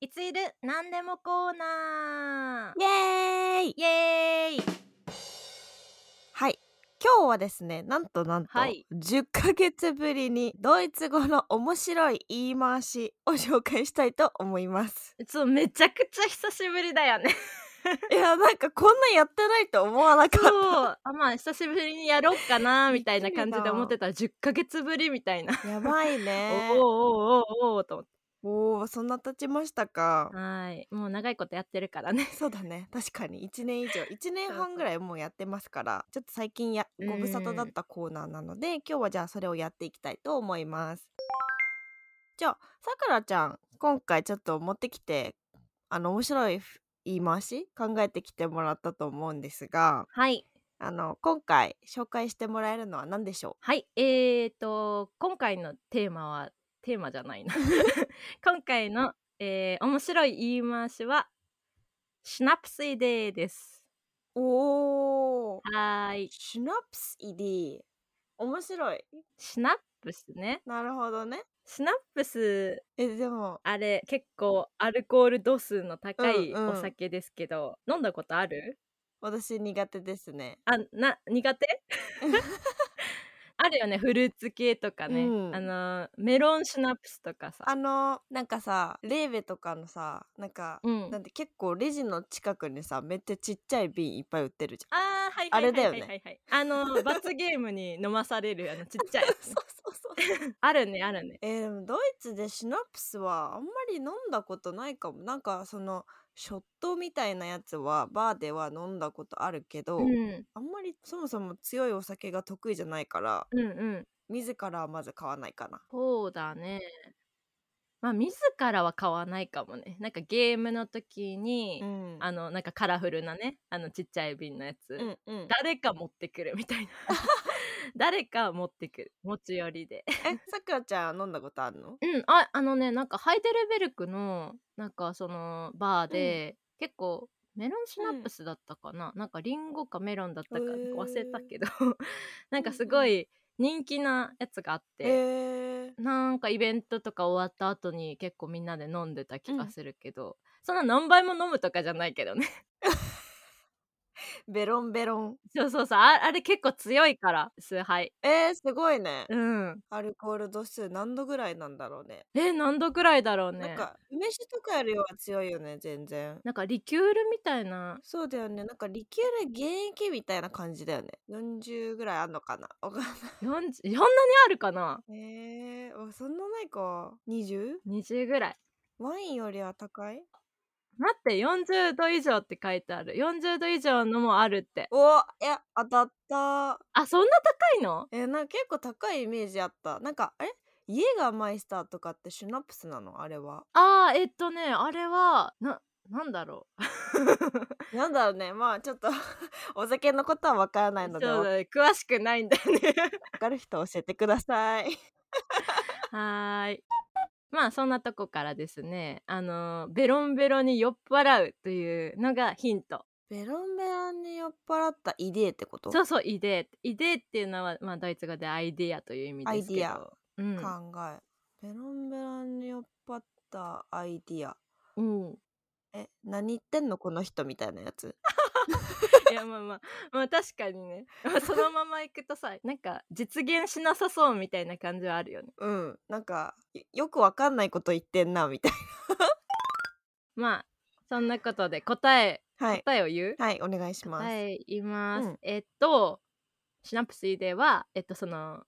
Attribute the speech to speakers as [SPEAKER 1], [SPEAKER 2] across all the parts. [SPEAKER 1] いついる何でもコーナー
[SPEAKER 2] イエーイ
[SPEAKER 1] イエーイ
[SPEAKER 2] はい今日はですねなんとなんと、
[SPEAKER 1] はい
[SPEAKER 2] 10ヶ月ぶりにドイツ語の面白い言い回しを紹介したいと思 います
[SPEAKER 1] ちょめちゃくちゃ久しぶりだよね
[SPEAKER 2] いやなんかこんなんやってないと思わなか
[SPEAKER 1] そ
[SPEAKER 2] っ
[SPEAKER 1] う あまあ久しぶりにやろっかなみたいな感じで思ってたら10ヶ月ぶりみたいな、
[SPEAKER 2] たやばいね
[SPEAKER 1] おおおおおおと思って
[SPEAKER 2] おおそんな経ちましたか
[SPEAKER 1] はいもう長いことやってるからね
[SPEAKER 2] そうだね確かに1年以上1年
[SPEAKER 1] そうそ
[SPEAKER 2] 半
[SPEAKER 1] う
[SPEAKER 2] ぐらいもうやってますからちょっと最近や
[SPEAKER 1] うん
[SPEAKER 2] ご無沙汰だったコーナーなので今日はじゃあそれをやっていきたいと思いますじゃあさくらちゃん今回ちょっと持ってきてあの面白いふ言い回し考えてきてもらったと思うんですが
[SPEAKER 1] はい
[SPEAKER 2] あの今回紹介してもらえるのは何でしょ
[SPEAKER 1] はいえーと今回のテーマはテーマじゃない な今回の、えー面白い言い回しはシナプスイデーです
[SPEAKER 2] うおお
[SPEAKER 1] はーい
[SPEAKER 2] シナプス ED 面白い
[SPEAKER 1] シナプスね
[SPEAKER 2] なるほどね
[SPEAKER 1] シナプス
[SPEAKER 2] えでも
[SPEAKER 1] あれ結構アルコール度数の高い
[SPEAKER 2] うんうん
[SPEAKER 1] お酒ですけど、飲んだことある
[SPEAKER 2] 私苦手ですね
[SPEAKER 1] あな苦手あるよねフルーツ系とかね、
[SPEAKER 2] うん
[SPEAKER 1] あのメロンシナプスとかさ
[SPEAKER 2] あのなんかさレーベとかのさなんか、
[SPEAKER 1] うん
[SPEAKER 2] なんて結構レジの近くにさめっちゃちっちゃい瓶いっぱい売ってるじゃん。
[SPEAKER 1] あーはい
[SPEAKER 2] あ
[SPEAKER 1] はい
[SPEAKER 2] れ
[SPEAKER 1] は
[SPEAKER 2] だ
[SPEAKER 1] い
[SPEAKER 2] よ
[SPEAKER 1] は
[SPEAKER 2] ね
[SPEAKER 1] いはいはいあの罰ゲームに飲まされるあのちっちゃいや つね、
[SPEAKER 2] そうそうそう。
[SPEAKER 1] あるねあるね
[SPEAKER 2] えーでもドイツでシナプスはあんまり飲んだことないかもなんかそのショットみたいなやつはバーでは飲んだことあるけど、
[SPEAKER 1] うん
[SPEAKER 2] あんまりそもそも強いお酒が得意じゃないから
[SPEAKER 1] うんうん
[SPEAKER 2] 自らはまず買わないかな。
[SPEAKER 1] そうだねまあ自らは買わないかもねなんかゲームの時に、
[SPEAKER 2] うん、
[SPEAKER 1] あのなんかカラフルなねあのちっちゃい瓶のやつ、
[SPEAKER 2] うんうん、
[SPEAKER 1] 誰か持ってくるみたいな 誰か持ってくる持ち寄りで
[SPEAKER 2] えさくらちゃん飲んだことあるの
[SPEAKER 1] うんああのねなんかハイデルベルクのなんかそのバーで、結構メロンシナプスだったかな、なんかリンゴかメロンだったか
[SPEAKER 2] へ
[SPEAKER 1] なん
[SPEAKER 2] ー
[SPEAKER 1] か忘れたけど なんかすごい人気なやつがあって、
[SPEAKER 2] えー、
[SPEAKER 1] なんかイベントとか終わった後に結構みんなで飲んでた気がするけど、そんな何杯も飲むとかじゃないけどね
[SPEAKER 2] ベロンベロン。
[SPEAKER 1] そうそうそうああれ結構強いから崇拝
[SPEAKER 2] えー、すごいね。
[SPEAKER 1] うん
[SPEAKER 2] アルコール度数何度ぐらいなんだろうね。
[SPEAKER 1] え何度くらいだろうね
[SPEAKER 2] なんか梅酒とかよりは強いよね全然。
[SPEAKER 1] なんかリキュールみたいな
[SPEAKER 2] そうだよねなんかリキュール原液みたいな感じだよね。40ぐらいあんのかな わかんな。
[SPEAKER 1] 40そんなにあるかない
[SPEAKER 2] えー、あそんなないか。20?
[SPEAKER 1] 20ぐらい
[SPEAKER 2] ワインよりは高い
[SPEAKER 1] 待って40度以上って書いてある40度以上のもあるって
[SPEAKER 2] おいや当たった。
[SPEAKER 1] あそんな高いの
[SPEAKER 2] えー、なんか結構高いイメージあった。なんかあれ家がマイスターとかってシュナプスなのあれは。
[SPEAKER 1] あーえっとねあれはななんだろう
[SPEAKER 2] なんだろうねまあちょっと お酒のことはわからないので
[SPEAKER 1] そう
[SPEAKER 2] わ
[SPEAKER 1] だね詳しくないんだよね
[SPEAKER 2] かる人教えてください。
[SPEAKER 1] はーいまあそんなとこからですねあのーベロンベロンに酔っ払うというのがヒント
[SPEAKER 2] ベロンベロンに酔っ払ったイデーってこと
[SPEAKER 1] そうそうイデーイデーっていうのは、まあ、ドイツ語でアイディアという意味ですけど
[SPEAKER 2] アイデア
[SPEAKER 1] うん
[SPEAKER 2] 考え、ベロンベロンに酔っ払ったアイディア
[SPEAKER 1] うん、
[SPEAKER 2] え何言ってんのこの人みたいなやつ
[SPEAKER 1] いやまあまあまあ確かにねまあそのまま行くとさなんか実現しなさそうみたいな感じはあるよね
[SPEAKER 2] うんなんかよよくわかんないこと言ってんなみたい
[SPEAKER 1] まあそんなことで答え
[SPEAKER 2] なはい
[SPEAKER 1] 答えを言う
[SPEAKER 2] はいお願いします、
[SPEAKER 1] 答え言います、
[SPEAKER 2] うん
[SPEAKER 1] えっとシナプスイデーはえっとその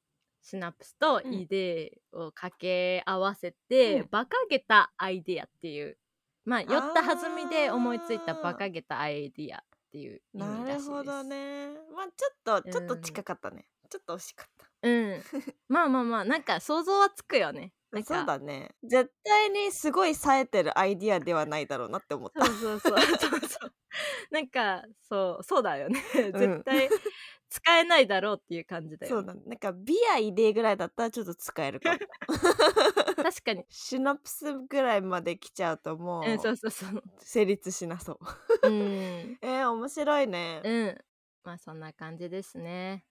[SPEAKER 1] シナプスと
[SPEAKER 2] うん
[SPEAKER 1] イデーを掛け合わせて、
[SPEAKER 2] うん
[SPEAKER 1] 馬鹿げたアイディアっていうまあ酔った弾みで思いついた馬鹿げたアイディアっていう意
[SPEAKER 2] な
[SPEAKER 1] 味らしいで
[SPEAKER 2] る
[SPEAKER 1] す
[SPEAKER 2] ほどねまあちょっとちょっと
[SPEAKER 1] うん
[SPEAKER 2] 近かったね、ちょっと惜しかった
[SPEAKER 1] うんまあまあまあなんか想像はつくよ ねなんか
[SPEAKER 2] そうだね絶対にすごい冴えてるアイディアではないだろうなって思っ
[SPEAKER 1] そ
[SPEAKER 2] た
[SPEAKER 1] うそう そうそうそうなんかそうそうだよね絶対使えないだろうっていう感じだ
[SPEAKER 2] そ
[SPEAKER 1] よ
[SPEAKER 2] う
[SPEAKER 1] ね、
[SPEAKER 2] だねなんかビアイデーぐらいだったらちょっと使えるかも
[SPEAKER 1] 確かに
[SPEAKER 2] シナプスぐらいまで来ちゃうとも
[SPEAKER 1] うんそう
[SPEAKER 2] う
[SPEAKER 1] そうそう
[SPEAKER 2] 成立しなそう。
[SPEAKER 1] うん
[SPEAKER 2] えー、面白いね。
[SPEAKER 1] うんまあそんな感じですね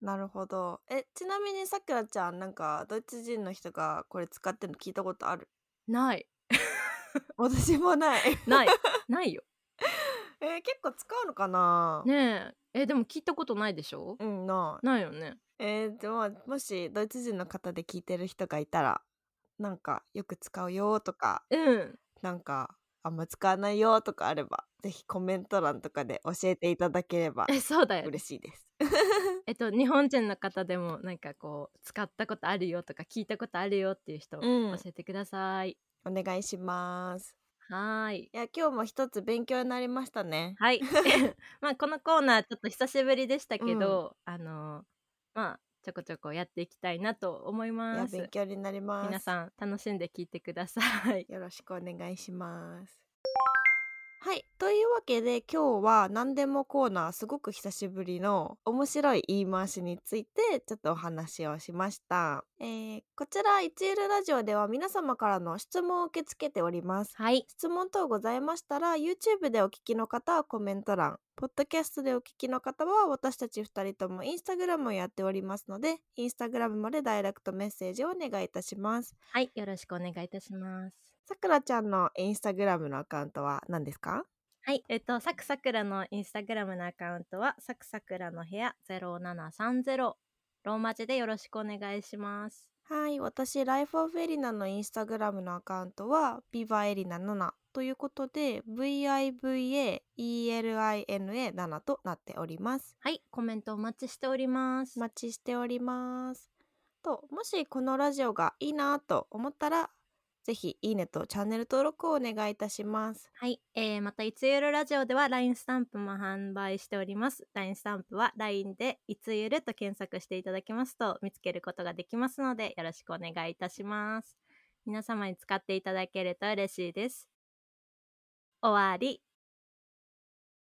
[SPEAKER 2] なるほど。えちなみにさくらちゃんなんかドイツ人の人がこれ使ってるの聞いたことある
[SPEAKER 1] ない
[SPEAKER 2] 私もない
[SPEAKER 1] ないないよ
[SPEAKER 2] えー結構使うのかな、
[SPEAKER 1] ねええでも聞いたことないでしょ
[SPEAKER 2] うんない
[SPEAKER 1] ないよね
[SPEAKER 2] えー、でももしドイツ人の方で聞いてる人がいたらなんかよく使うよとか
[SPEAKER 1] うん
[SPEAKER 2] なんかあんま使わないよとかあればぜひコメント欄とかで教えていただけれ ば
[SPEAKER 1] えそうだよ
[SPEAKER 2] 嬉しいです。
[SPEAKER 1] えっと日本人の方でもなんかこう使ったことあるよとか聞いたことあるよっていう人教
[SPEAKER 2] うん
[SPEAKER 1] えてください、
[SPEAKER 2] お願いします。
[SPEAKER 1] はーい
[SPEAKER 2] いや今日も一つ勉強になりましたね。
[SPEAKER 1] はい まあこのコーナーちょっと久しぶりでしたけど、あのまあちょこちょこやっていきたいなと思い
[SPEAKER 2] いや
[SPEAKER 1] ます
[SPEAKER 2] 勉強になります。
[SPEAKER 1] 皆さん楽しんで聞いてください
[SPEAKER 2] よろしくお願いします。はいというわけで今日は何でもコーナーすごく久しぶりの面白い言い回しについてちょっとお話をしました、えーこちら「いちゆるラジオ」では皆様からの質問を受け付けております
[SPEAKER 1] はい
[SPEAKER 2] 質問等ございましたら YouTube でお聞きの方はコメント欄ポッドキャストでお聞きの方は私たち2人とも Instagram をやっておりますので Instagram までダイレクトメッセージをお願いいたします
[SPEAKER 1] はいよろしくお願いいたします
[SPEAKER 2] さくらちゃんのインスタグラムのアカウントは何ですか
[SPEAKER 1] はい、えっと、サクサクラのインスタグラムのアカウントは、サクサクラの部屋0730、ローマ字でよろしくお願いします。
[SPEAKER 2] はい私ライフオフエリナのインスタグラムのアカウントはビバエリナ7ということで VIVAELINA7 となっております
[SPEAKER 1] はい、コメントお待ちしております。
[SPEAKER 2] お待ちしておりますともしこのラジオがいいなと思ったらぜひいいねとチャンネル登録をお願いいたします
[SPEAKER 1] はい、えー、また、いつゆるラジオでは LINE スタンプも販売しております。LINE スタンプは LINE で、いつゆると検索していただきますと、見つけることができますので、よろしくお願いいたします。皆様に使っていただけると嬉しいです。終わり。